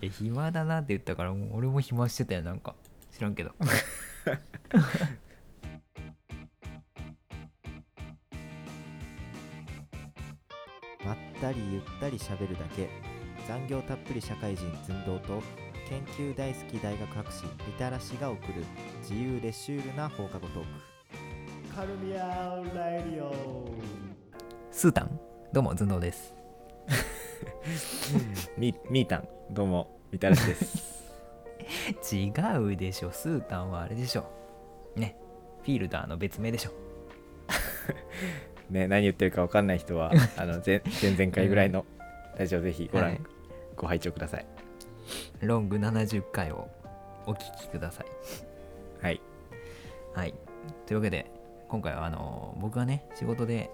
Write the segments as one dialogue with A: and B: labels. A: いや暇だなって言ったからもう俺も暇してたよなんか知らんけど
B: まったりゆったり喋るだけ残業たっぷり社会人寸胴と研究大好き大学博士みたらしが送る自由レシュールな放課後トーク
C: カルミアラディオ
A: スータンどうもずんどうです
B: みみーたんどうもみたらしです
A: 違うでしょスータンはあれでしょねフィールダーの別名でしょ
B: ね何言ってるか分かんない人はあの前前々回ぐらいのラジオぜひご覧、
A: はい
B: ご拝聴ください
A: ロング70回をお聞きください
B: はい
A: はいというわけで今回はあの僕はね仕事で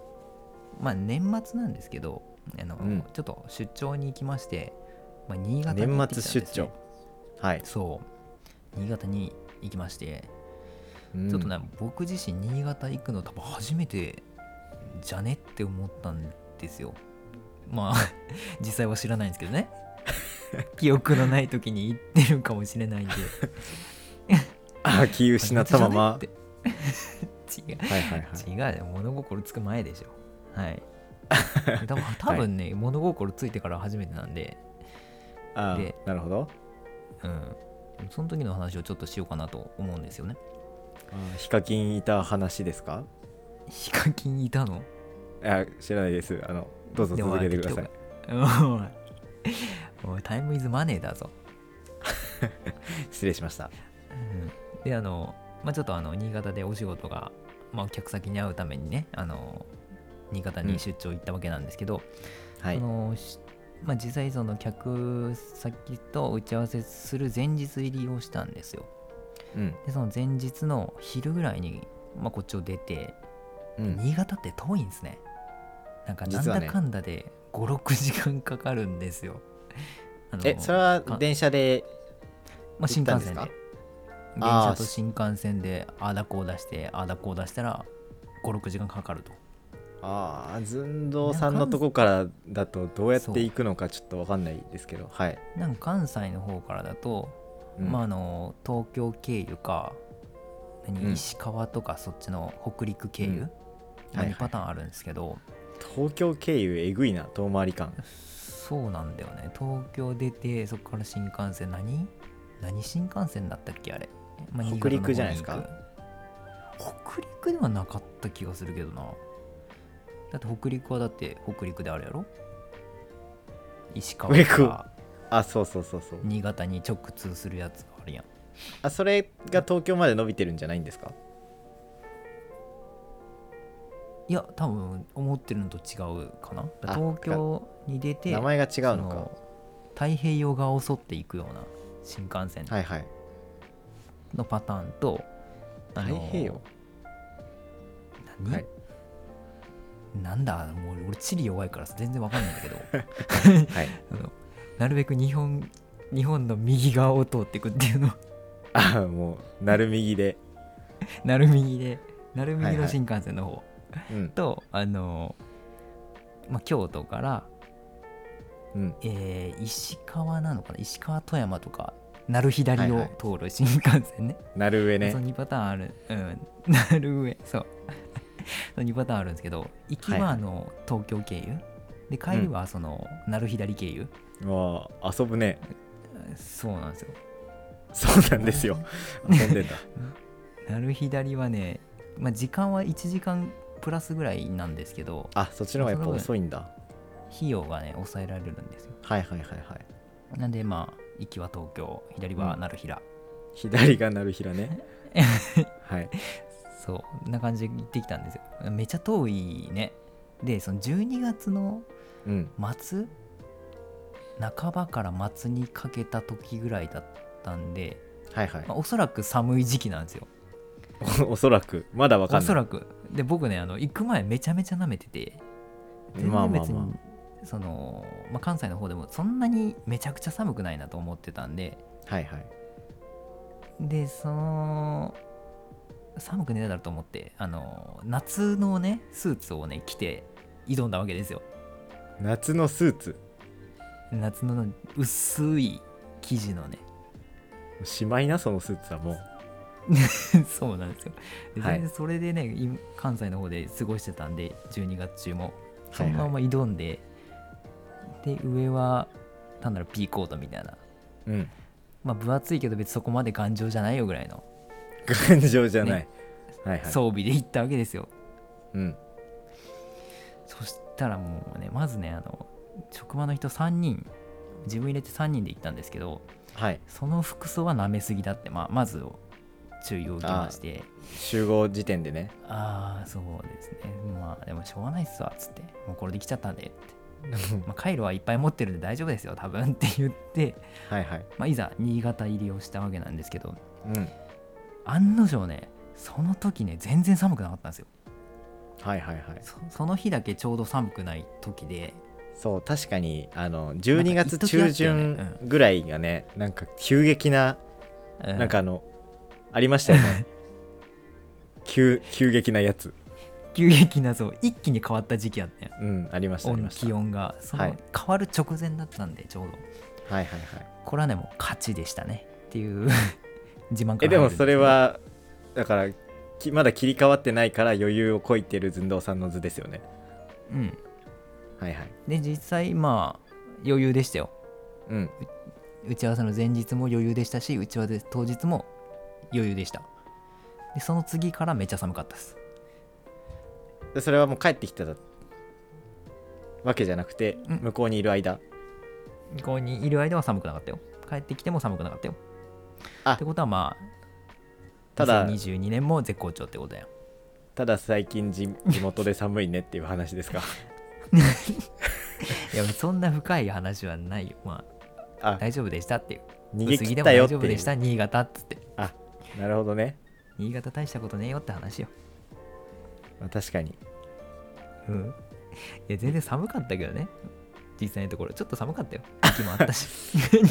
A: まあ年末なんですけどあの、
B: うん
A: ちょっと出張に行きまして、まあ、新潟に行
B: 年
A: って
B: 末
A: きたんで
B: 出
A: すね
B: 張はい、
A: そう新潟に行きまして
B: うん
A: ちょっとね、僕自身新潟行くの多分初めてじゃねって思ったんですよまあ 実際は知らないんですけど ね記憶のない時に行ってるかもしれないんで
B: あ 気失ったまま
A: あ じゃねって 違う
B: はい はいはい
A: 違うよ物心つく前でしょはい 多分多分ね、物心ついてから初めてなんで
B: あ
A: で
B: なるほど
A: うんその時の話をちょっとしようかなと思うんですよね
B: あヒカキンいた話ですか
A: ヒカキンいたの
B: あ知らないですあのどうぞ
A: でも
B: 続けてください
A: おいおいタイムイズマネーだぞ、
B: 失礼しました
A: うん、であの、まあ、ちょっとあの新潟でお仕事が、まあ、お客先に会うためにねあの新潟に出張行ったわけなんですけど、
B: はい
A: あのしまあ、実際その客先と打ち合わせする前日入りをしたんですよ
B: うん
A: でその前日の昼ぐらいに、まあ、こっちを出て、
B: うん
A: 新潟って遠いんですねなんかなん
B: 実は
A: だ
B: ね
A: かんだで56時間かかるんですよあの
B: えそれは
A: か
B: 電車で
A: まあ、新幹線で
B: 行ったんで
A: 電
B: あー
A: 車と新幹線でああだこう出してああだこう出したら56時間かかると
B: ああ寸胴さんのとこからだとどうやって行くのかちょっと分かんないですけどはい、
A: なんか関西の方からだと、
B: うん
A: まあ、あの東京経由か何、
B: うん
A: 石川とかそっちの北陸経由、
B: うん
A: まあ
B: はいはい
A: 2パターンあるんですけど、
B: 東京経由えぐいな遠回り感
A: そうなんだよね東京出てそこから新幹線何何新幹線だったっけあれ、ま
B: 北
A: 新潟の
B: 陸
A: 方に
B: じゃないですか
A: 行く北陸ではなかった気がするけどなだって北陸はだって北陸であれやろ石川
B: 北陸
A: か
B: あそうそうそうそう
A: 新潟に直通するやつがあるやん
B: あそれが東京まで伸びてるんじゃないんですか
A: いや多分思ってるのと違うかな
B: あ
A: 東京に出て
B: 名前が違うの
A: そ
B: か
A: 太平洋側を沿っていくような新幹線
B: はいはい
A: のパターンと、あ
B: 太
A: の
B: 平洋
A: 何、
B: はい
A: なんだもう俺地理弱いからさ全然わかんないんだ けど
B: はい
A: あのなるべく日本日本の右側を通っていくっていうのを
B: あもうなる右で
A: なる右でなる
B: は
A: 右
B: いは
A: の
B: い
A: 新幹線の方、
B: うん
A: とあの、まあ、京都から、
B: うん
A: えー石川なのかな石川富山とかなる左
B: はい
A: を
B: はい
A: 通る新幹線ね、
B: なる上ね
A: その2パターンある、うん、 なる上そうその2パターンあるんですけど行きはあの東京経由、で帰りはその、なる左経由
B: わあ遊ぶね
A: そうなんですよ
B: そうなんですよ遊んでんだ
A: なる左はね、まあ、時間は1時間プラスぐらいなんですけど
B: あそっちの方がやっぱ遅いんだ
A: 費用がね抑えられるんですよ
B: はいはいはいはい
A: なんでまあ行きは東京左はなる平、
B: 左がなる平ね はい
A: そうこんな感じで行ってきたんですよめちゃ遠いねでその12月の
B: うん
A: 末半ばから末にかけた時ぐらいだったんで、
B: はいはい
A: まあ、おそらく寒い時期なんですよ
B: おおそらくまだわかん
A: お
B: ない
A: そらくで僕ねあの行く前めちゃめちゃ舐めてて全
B: まあ
A: 然
B: まあ
A: 別に、
B: ま
A: その、まあ、関西の方でもそんなにめちゃくちゃ寒くないなと思ってたんで
B: あはいはい
A: でその寒くねえだろうと思ってあの夏のねスーツをね着て挑んだわけですよ
B: 夏のスーツ
A: 夏の薄い生地のね
B: しまいなそのスーツはもう
A: そうなんですよで
B: はい
A: 全然それでね、い関西の方で過ごしてたんで12月中もそのまん
B: は
A: ま挑んで、で上は単なるピーコートみたいない
B: はい、うん
A: まあ分厚いけど別にそこまで頑丈じゃないよぐらいの
B: 頑丈じゃない、
A: ね
B: はいはい
A: 装備で行ったわけですよ、
B: う、ん、
A: そしたらもうねまずねあの職場の人3人自分入れて3人で行ったんですけど
B: はい
A: その服装は舐めすぎだって、まあ、まず注意を受けまして
B: 集合時点でね
A: ああーそうですねまあでもしょうがないっすわっつってもうこれで来ちゃったんでって、 まあ、カイロはいっぱい持ってるんで大丈夫ですよ多分って言って、
B: はいはい
A: まあ、いざ新潟入りをしたわけなんですけど
B: うん
A: 案の定ねその時ね全然寒くなかったんですよ
B: はいはいはい
A: そその日だけちょうど寒くない時で
B: そう確かにあの12
A: なんか一
B: 月
A: 時あったよ
B: 中
A: ね
B: 旬ぐらいがねなんか急激な
A: う
B: なんかあのありましたよね 急急激なやつ
A: 急激なそう一気に変わった時期あったよ
B: うんありましたあり
A: 温
B: ました
A: 気温がその、
B: はい
A: 変わる直前だったんでちょうど
B: はいはいはい
A: これはねもう勝ちでしたねっていう 自慢から入るんすけ
B: え
A: ど
B: でもそれはだからきまだ切り替わってないから余裕をこいてる寸胴さんの図ですよね
A: うん
B: はいはい
A: で実際まあ余裕でしたよ
B: うん
A: 打ち合わせの前日も余裕でしたし打ち合わせ当日も余裕でしたでその次からめっちゃ寒かったです
B: でそれはもう帰ってきたわけじゃなくて、
A: うん
B: 向こうにいる間
A: 向こうにいる間は寒くなかったよ帰ってきても寒くなかったよ
B: あ
A: ってことはまあ
B: ただ
A: 2022年も絶好調ってことや
B: ただ最近地地元で寒いねっていう話で すか
A: いやそんな深い話はないよまあ
B: あ
A: 大丈夫でしたっていう
B: 逃げ
A: 薄着
B: 切
A: でも
B: ったよ
A: 大
B: って
A: 丈夫
B: い
A: でした
B: う
A: 新潟っつって
B: なるほどね、
A: 新潟大したことねえよって話よ
B: まあ、確かに
A: うんいや全然寒かったけどね実際のところちょっと寒かったよ雪もあったし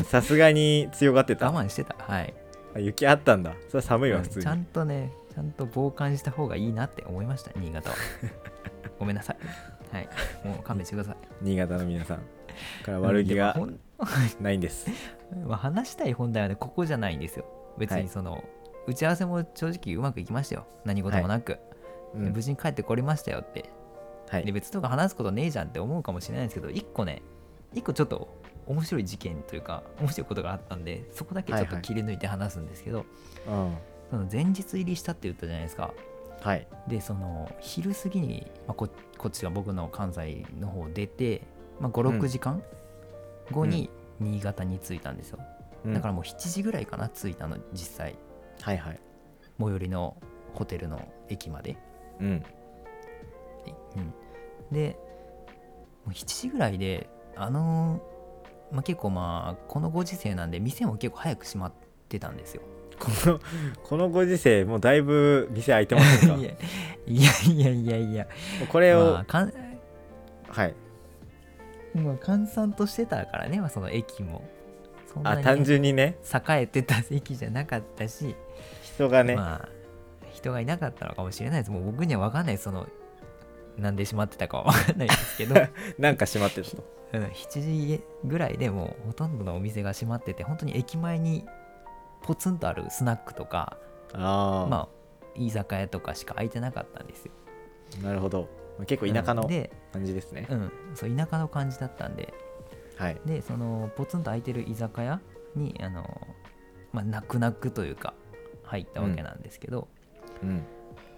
B: さすがに強がってた
A: 我慢してたはい
B: あ雪あったんだそれは寒いわ
A: うん
B: 普通に
A: ちゃんとねちゃんと防寒した方がいいなって思いました新 潟はごめんなさいはいもう勘弁してください
B: 新潟の皆さんから 悪気が
A: うんでも
B: ないんです
A: ほんまあ話したい本題はねここじゃないんですよ別
B: は
A: に
B: い
A: その、打ち合わせも正直うまくいきましたよ何事もなく、
B: うん
A: 無事に帰ってこれましたよって
B: は
A: で
B: い
A: 別とか話すことねえじゃんって思うかもしれないんですけど一個ね一個ちょっと面白い事件というか面白いことがあったんでそこだけちょっ
B: はい
A: と
B: はい
A: 切り抜いて話すんですけど、
B: うん
A: その前日入りしたって言ったじゃないですか
B: はい
A: でその昼過ぎに、まあ、ここっちが僕の関西の方出て、まあ、56
B: うん
A: 時間後に新潟に着いたんですよ、
B: うん
A: だからもう7時ぐらいかな着いたの実際
B: はいはい
A: 最寄りのホテルの駅まで
B: うん
A: うん、でもう7時ぐらいであの、まあ、結構まあこのご時世なんで店も結構早く閉まってたんですよ。
B: このこのご時世もうだいぶ店開いてますか
A: いやいやいやいやいや、
B: これを、
A: まあかん
B: はい
A: まあ、閑散としてたからね、まあ、その駅もそんな
B: あ
A: に
B: 単
A: ね
B: 純にね
A: 栄えてた駅じゃなかったし、
B: 人がね、
A: まあ人がいなかったのかもしれないですもう僕には分かんないそのなんで閉まってたかは分かんないんですけど
B: なんか閉まってると
A: うん7時ぐらいでもうほとんどのお店が閉まってて本当に駅前にポツンとあるスナックとか
B: ああ、
A: まあ居酒屋とかしか開いてなかったんですよ
B: なるほど結構田舎
A: うん
B: の
A: で、
B: 感じですね、
A: うん、そう田舎の感じだったんで
B: はい
A: でそのポツンと開いてる居酒屋にあのまあ泣く泣くというか入ったわけなんですけど、
B: うん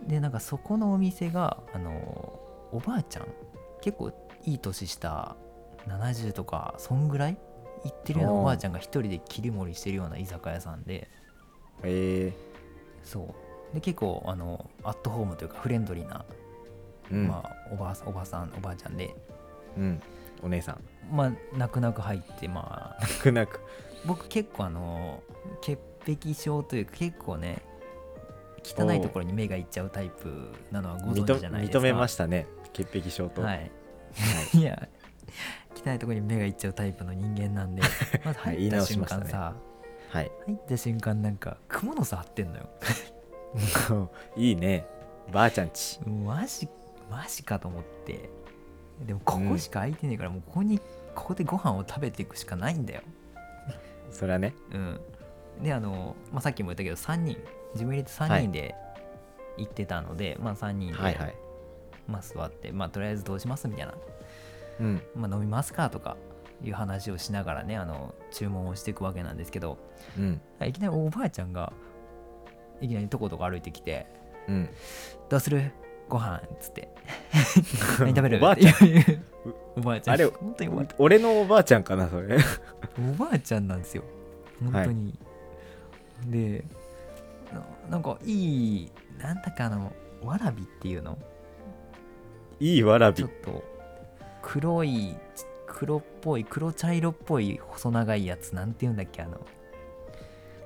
A: でなんかそこのお店があのおばあちゃん結構いい年した70とかそんぐらい行ってるような
B: おー
A: おばあちゃんが一人で切り盛りしてるような居酒屋さんで
B: え
A: そうで結構あのアットホームというかフレンドリーな、
B: ーうん、
A: まあ、おばあさんおばさんおばあちゃんで
B: うん、お姉さん
A: まあ泣く泣く入ってまあ
B: 泣く泣く
A: 僕結構あの潔癖症というか結構ね汚いところに目がいっちゃうタイプなのはご存知じゃないですか
B: 認めましたね潔癖症と、
A: はい、 いや汚いところに目がいっちゃうタイプの人間なんで まず
B: はい
A: 入っ
B: 言い
A: た
B: 直し
A: 瞬
B: ました
A: 間
B: ね
A: さ、
B: はい
A: 入った瞬間なんか蜘蛛の巣張ってんのよ
B: いいねばあちゃんち
A: マジマジかと思ってでもここしか空いてねえから、もうここにここでご飯を食べていくしかないんだよ
B: それはね
A: うんであの、まあ、さっきも言ったけど3人自分入れて3人で行ってたので、まあ3人で、
B: はいはい
A: まあ、座って、まあ、とりあえずどうしますみたいな、
B: うん
A: まあ、飲みますかとかいう話をしながらねあの注文をしていくわけなんですけど
B: うん
A: いきなりおばあちゃんがいきなりとことこ歩いてきて
B: うん
A: 「どうするご飯っつって「 何食べる?」
B: おばあちゃん
A: ん おばあちゃん
B: あれ
A: 本当におばあち
B: 俺のおばあちゃんかなそれ
A: ゃんおばあちゃんなんですよ本当に、でななんかいいなんだかあのわらびっていうの
B: いいわら
A: ち
B: び
A: ょっと黒い黒っぽい黒茶色っぽい細長いやつなんて言うんだっけあの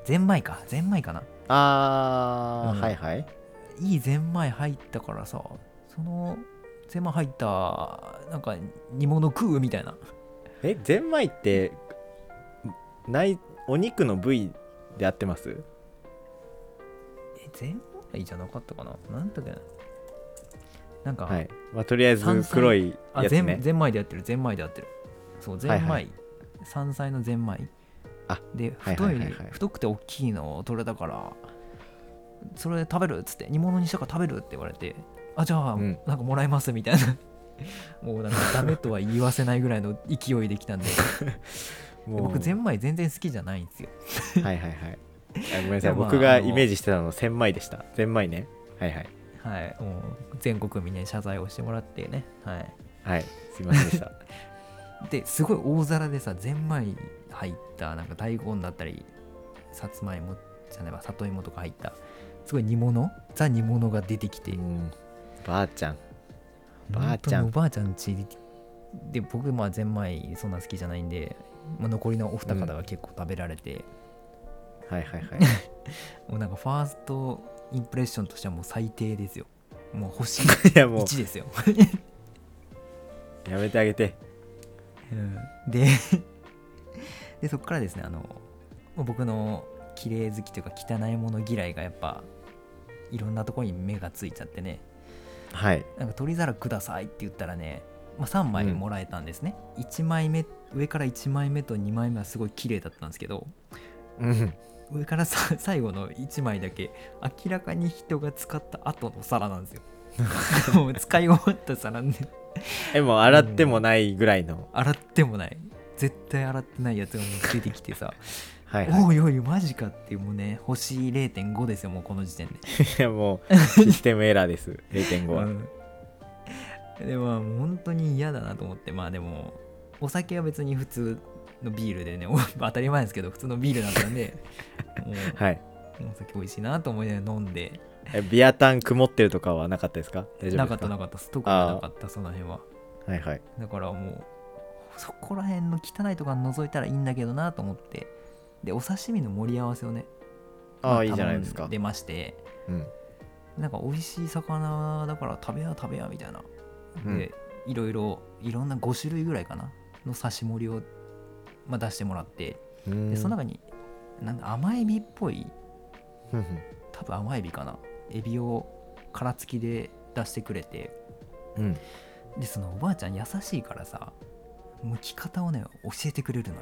A: ゼンマイかゼンマイかな
B: あ
A: うん
B: はいはい
A: いいゼンマイ入ったからさそのゼンマイ入ったなんか煮物食うみたいな
B: えゼンマイってないお肉の部位で合ってます
A: えゼンマイじゃなかったかななんだっけななんか、
B: はい、まあ、とりあえず
A: 山菜
B: 黒い
A: あ
B: やつ
A: ゼン
B: ね
A: ゼンマイでやってるゼンマイでやってるそうゼンマイ、
B: はいはい
A: 山菜のゼンマイ
B: あ
A: で
B: はい
A: 太,、
B: はいいはいはい
A: 太くて大きいのを取れたからそれ食べるっつって煮物にしたから食べるって言われてあじゃあ、
B: うん
A: なんかもらいますみたいな もうなんかダメとは言わせないぐらいの勢いでき たんで
B: もう
A: 僕ゼンマイ全然好きじゃないんですよ
B: はいはいはいあごめんなさい
A: いやまあ
B: 僕が
A: あの
B: イメージしてたの千枚でした千枚ねはいはい
A: はいもう全国民にね謝罪をしてもらってねはい
B: はいすいません でした
A: ですごい大皿でさゼンマイ入ったなんか大根だったりさつまいもじゃないわ里芋とか入ったすごい煮物ザ煮物が出てきて
B: うんばあちゃんばあちゃ
A: 本当に
B: ん
A: おばあちゃんちで僕まあゼンマイそんな好きじゃないんで、まあ、残りのお二方が結構食べられて、
B: はい はいはい
A: もうなんかファーストインプレッションとしてはもう最低ですよもう 星
B: いやも
A: 1ですよ
B: うやめてあげて
A: うんで でそこからですねあのもう僕の綺麗好きというか汚いもの嫌いがやっぱいろんなところに目がついちゃってね
B: はい
A: なんか取り皿くださいって言ったらね、まあ、3枚
B: うん
A: もらえたんですね、1枚目上から1枚目と2枚目はすごい綺麗だったんですけど
B: うん
A: 上からさ 最後の1枚だけ明らかに人が使った後の皿なんですよもう使い終わった皿で
B: えもう洗ってもないぐらいの、
A: 洗ってもない絶対洗ってないやつがもう出てきてさ
B: はいはい
A: おいおいマジかっていうもうね星0.5ですよもうこの時点で、
B: いやもうシステムエラーです0.5は、
A: うんでまあもう本当に嫌だなと思ってまあでもお酒は別に普通のビールでねお 当たり前ですけど普通のビールだったん でもう
B: はい
A: お酒美味しいなと思いながら飲んで
B: えビアタン曇ってるとかはなかったですか大丈夫ですか
A: なかったなかったストックがなかったその辺は
B: はいはい
A: だからもうそこら辺の汚いところ覗いたらいいんだけどなと思ってでお刺身の盛り合わせをね
B: ああ、
A: ま
B: いいじゃないですか
A: 頼んでまして
B: うん
A: なんか美味しい魚だから食べや食べやみたいな、
B: うん
A: でいろいろいろんな5種類ぐらいかなの刺し盛りを、まあ、出してもらって
B: うん
A: でその中になんか甘エビっぽい
B: うんうん
A: 多分甘エビかなエビを殻付きで出してくれて
B: うん、
A: でそのおばあちゃん優しいからさ剥き方をね教えてくれるのよ、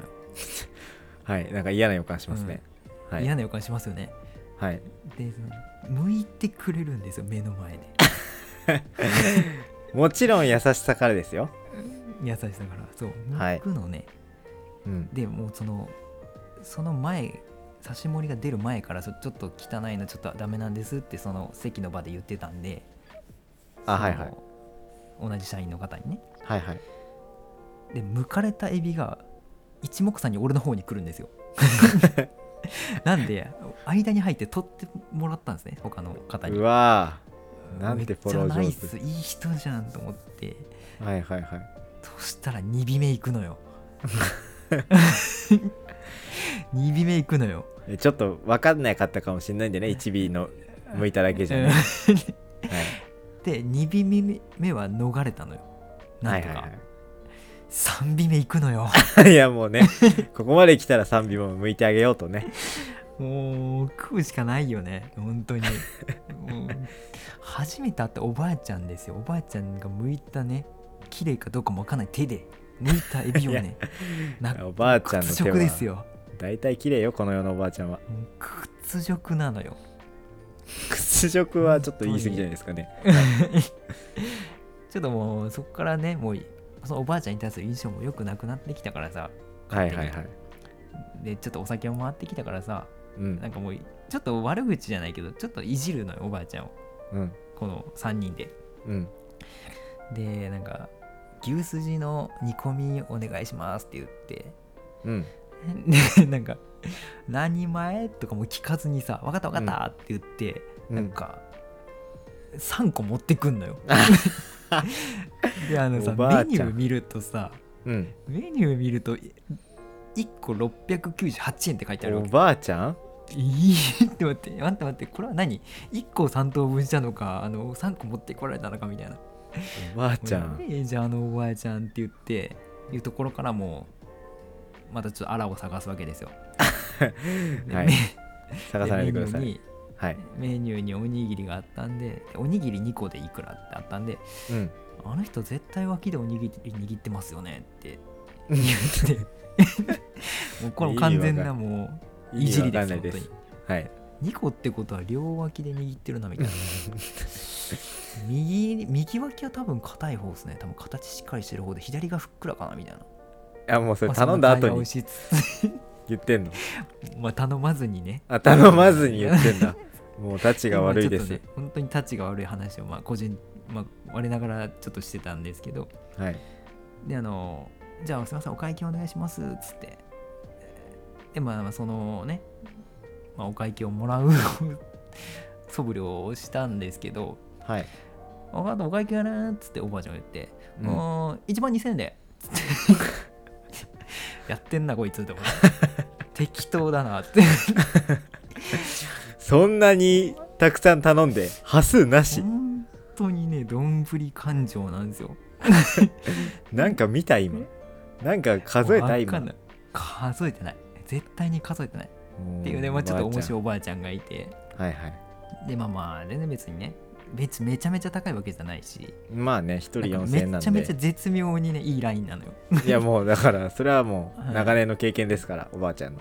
B: はいなんか嫌な予感しますね、はい
A: 嫌な予感しますよね
B: はい
A: でその剥いてくれるんですよ目の前で
B: もちろん優しさからですよ、
A: 優しさからそう
B: はい
A: 剥くのね、
B: うん、
A: でもうそのその前刺し盛りが出る前からそちょっと汚いのちょっとダメなんですってその席の場で言ってたんでそ
B: あ
A: の
B: はいはい
A: 同じ社員の方にね
B: はいはい
A: で剥かれたエビが一目散に俺の方に来るんです よなんで間に入って取ってもらったんですね他の方に
B: うわーなんてフォロー上手
A: めっちゃナイスいい人じゃんと思って
B: ーはいはいはい
A: そしたら2尾目行くの よ2尾目行くのよ
B: えちょっと分かんなかったかもしれないんでね 1B の向いただけじゃね、
A: うん
B: はい、
A: で2尾目は逃れたのよ な
B: は
A: ん
B: い
A: と
B: はい
A: か3尾目行くの よ
B: はいいやもうねここまで来たら賛美も向いてあげようとね
A: もう食うしかないよね本当にもう初めて会ったおばあちゃんですよおばあちゃんが剥いたね綺麗かどうかもわかんない手で剥いたエビをねな
B: おばあちゃんの
A: 屈
B: 手
A: 辱です
B: は
A: よ
B: 大体綺麗よこの世のおばあちゃんは
A: 屈辱なのよ
B: 屈辱はちょっと言い過ぎじゃないですかね
A: ちょっともうそこからねもうそのおばあちゃんに対する印象も良くなくなってきたからさ
B: はい
A: 当
B: は
A: に
B: いはい
A: でちょっとお酒も回ってきたからさ
B: うん
A: なんかもうちょっと悪口じゃないけどちょっといじるのよおばあちゃんを
B: うん
A: この3人で
B: うん
A: でなんか牛すじの煮込みお願いしますって言って
B: うん
A: でなんか「何前?」とかも聞かずにさ「分かった分かった」って言って、
B: うん
A: なんか3個持ってくんの よ。であのさ
B: おば
A: メ
B: あ
A: ニ
B: ちゃん
A: ュー見るとさ
B: うん
A: メニュー見るとい1個698円って書いてある
B: お
A: わけ。
B: ばあちゃん
A: いいって待って待って待ってこれは何 ?1 個3等分したのかあの3個持ってこられたのかみたいな。
B: おばあちゃ
A: も
B: ん
A: うやべえじゃんあのおばあちゃんって言っていうところからもうまたちょっとあらを探すわけですよ。で
B: はい
A: メ
B: 探さないでくださ
A: メニュー
B: い
A: に
B: はい
A: メニューにおにぎりがあったんでおにぎり2個でいくらってあったんで
B: うん
A: あの人絶対脇でおにぎり握ってますよね って言って もうこれも完全なもういじり
B: 意味わ
A: で
B: か
A: す本当
B: んないで
A: に
B: すはい
A: 2個ってことは両脇で握ってるなみたいな右右脇は多分硬い方ですね多分形しっかりしてる方で左がふっくらかなみたいな
B: あもうそ
A: ま
B: れ
A: あ
B: 頼んだ後
A: そ会話を
B: に
A: しつつ
B: 言ってんの
A: まあ頼まずにね
B: あ頼まずに言ってんだもう立ちが悪い で
A: まあちょ
B: す
A: っとね本当にタチが悪い話をまあ個人まあ我ながらちょっとしてたんですけど
B: はい
A: であのじゃあすいませんお会計お願いしますっつってでまあまあそのね、まあ、お会計をもらう 素振りをしたんですけど
B: はい
A: 「分かったお会計やな」っつっておばあちゃんが言って「
B: うん
A: もう1万2000円で」つって 「やってんなこいつ」って思って適当だなって
B: そんなにたくさん頼んで端数なし
A: 本当にねどんぶり感情なんですよ
B: なんか見た今なんか数えた
A: わか
B: 今
A: ん
B: も
A: ない数えてない絶対に数えてないっていうね、まあ、ちょっと面白いおばあちゃんがいて
B: はいはい
A: でまあまあ全然別にね別にめちゃめちゃ高いわけじゃないし
B: まあね一人
A: なんか
B: 4000円な
A: めちゃ
B: ん
A: めちゃ
B: で
A: 絶妙にねいいラインなのよ
B: いやもうだからそれはも
A: は
B: う
A: い
B: 長年の経験ですからおばあちゃんの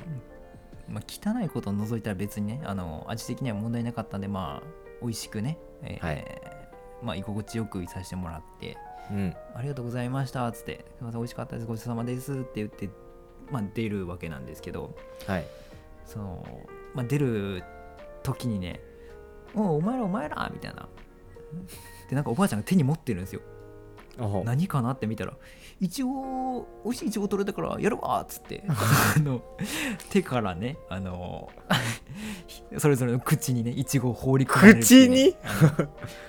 A: まあ汚いことを除いたら別にねあの味的には問題なかったんでまあ美味しくね、えー
B: は
A: まあ居心地よくいさせてもらって
B: うん
A: ありがとうございましたっつってすいません美味しかったですごちそうさまですって言ってまあ出るわけなんですけど
B: はい
A: その、まあ、出る時にね「おうお前らお前ら」みたいな。でなんかおばあちゃんが手に持ってるんですよ。
B: おほ
A: 何かなって見たら「一応美味しいイチゴ取れたからやるわ」っつって あの手からねあの それぞれの口にねイチゴを放り込まれるってい
B: 口
A: うね
B: に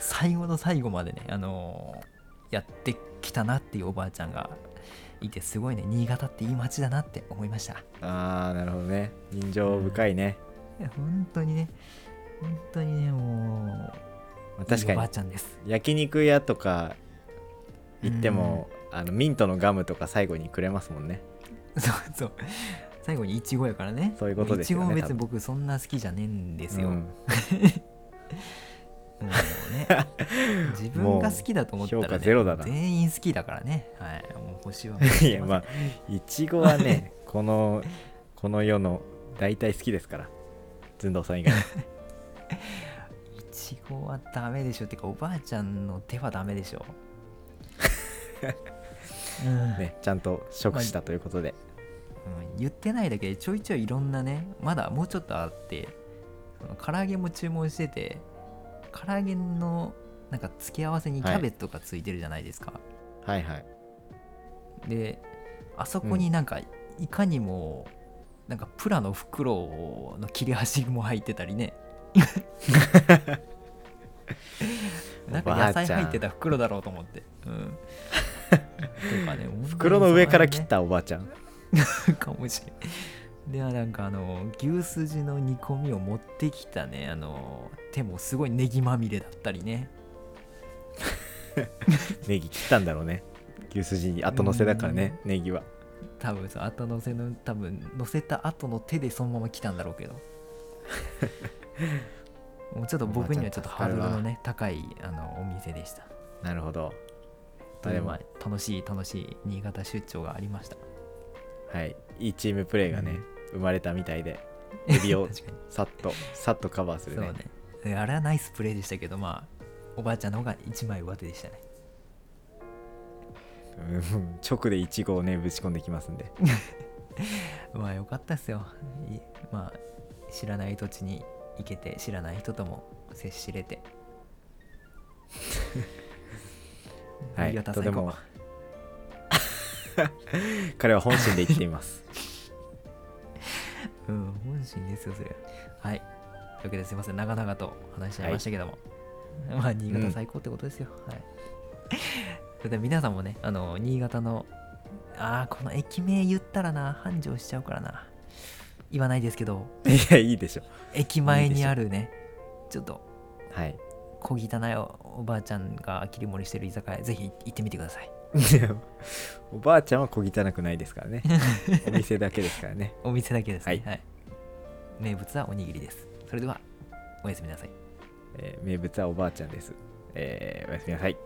A: 最後の最後までねあのやってきたなっていうおばあちゃんがいてすごいね新潟っていい街だなって思いました。
B: ああなるほどね人情深いね
A: いや本当にね本当にねも
B: まあ
A: う
B: 確
A: いいおば
B: か
A: あちゃんです
B: に焼肉屋とか行ってもあのミントのガムとか最後にくれますもんね
A: そうそう最後にイチゴやからね
B: そういうことですよね
A: もうイチゴも別に僕そんな好きじゃねえんですよ、
B: う
A: も
B: ん
A: うね自分が好きだと思ったら、ね、
B: もう評価ゼロだな
A: 全員好きだからねはいもう星は
B: いやまあいちごはねこのこの世の大体好きですからずんどうさん以外は
A: イチゴはダメでしょてかおばあちゃんの手はダメでし ょ、うん
B: ねちゃんと食したということで、
A: うん言ってないだけでちょいちょいいろんなねまだもうちょっとあってその唐揚げも注文してて唐揚げのなんか付け合わせにキ
B: はい
A: ャベツとかついてるじゃないですか、
B: はいはい
A: であそこになんかいかにもなんかプラの袋の切れ端も入ってたり ねなんか野菜入ってた袋だろうと思って、うん、とかね
B: 袋の上から切
A: た
B: ったおばあちゃん
A: かもしれん。 ではなんかあの牛すじの煮込みを持ってきたねあの手もすごいネギまみれだったりね
B: ネギ切ったんだろうね牛すじに後乗せだからねネギは
A: 多分その後乗せの多分乗せた後の手でそのまま来たんだろう けどもうちょっと僕にはちょっとハードルのね高いあのお店でした
B: なるほど
A: と
B: で
A: いう、
B: も
A: まあ、楽しい楽しい新潟出張がありました
B: はい、いいチームプレーがね、生まれたみたい で、エビ を
A: 確かに
B: さっと、さっとカバーする
A: そう
B: ね。
A: ねであれはナイスプレーでしたけどまあおばあちゃんの方が一枚上手でしたね
B: うん直で1号をね、ぶち込んできますんで。
A: まあよかったですよいまあ知らない土地に行けて知らない人とも接しれ て
B: は
A: 新
B: い、
A: 潟
B: と
A: 最
B: て
A: 高
B: も。 彼は本心で言ってい ます。
A: うん本心ですよそれはいというわけですいません長々と話しちゃいましたけども、まあ新潟最高ってことですよ、はいそれでは皆さんもねあの新潟のああこの駅名言ったらな繁盛しちゃうからな言わないですけど
B: いや、いいでしょ。
A: 駅前にあるねちょっと
B: はい。
A: 小汚いおばあちゃんが切り盛りしてる居酒屋ぜひ行ってみてください
B: おばあちゃんは小汚くないですからね。お店だけですからね。
A: お店だけですね、
B: はい
A: はい、名物はおにぎりですそれではおやすみなさい
B: えー名物はおばあちゃんです。えーおやすみなさい。